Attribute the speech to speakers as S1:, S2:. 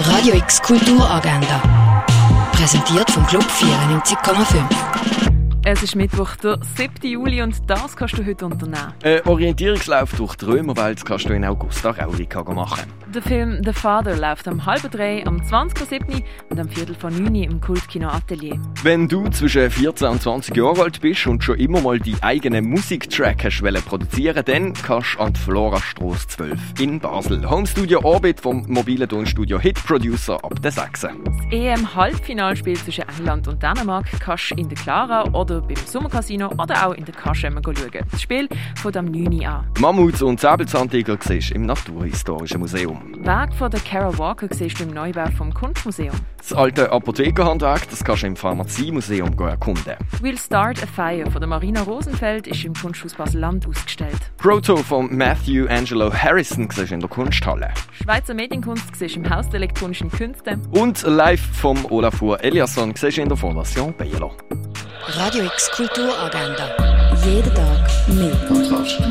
S1: Radio X Kulturagenda. Präsentiert vom Club 94,5.
S2: Es ist Mittwoch, der 7. Juli, und das kannst du heute unternehmen.
S3: Äh, Orientierungslauf durch die Römerwelt kannst du in Augusta Raurica machen.
S2: Der Film The Father läuft am halben drei, um am 20.07. und am Viertel von 9 im Kultkino Atelier.
S3: Wenn du zwischen 14 und 20 Jahre alt bist und schon immer mal die eigenen Musiktrack hast wollen produzieren, dann kannst du an die Florastrasse 12 in Basel. Homestudio Orbit vom mobilen Tonstudio Hit Producer ab der 6. Das
S2: EM-Halbfinalspiel E zwischen England und Dänemark kannst du in der Clara oder beim Sommercasino oder auch in der Kaschemme schauen. Das Spiel von am 9 an.
S3: Mammuts und Säbelzahntiger siehst du im Naturhistorischen Museum.
S2: Werk von der Kara Walker siehst du im Neubau vom Kunstmuseum.
S3: Das alte Apothekerhandwerk, das kannst du im Pharmaziemuseum erkunden.
S2: We'll Start a Fire von der Marina Rosenfeld ist im Kunsthaus Basel-Land ausgestellt.
S3: Proto von Matthew Angelo Harrison siehst du in der Kunsthalle.
S2: Schweizer Medienkunst siehst du im Haus der elektronischen Künste.
S3: Und live vom Olafur Eliasson siehst du in der Fondation Bielo.
S1: Radio X Kulturagenda. Jeden Tag mehr. Kontrast.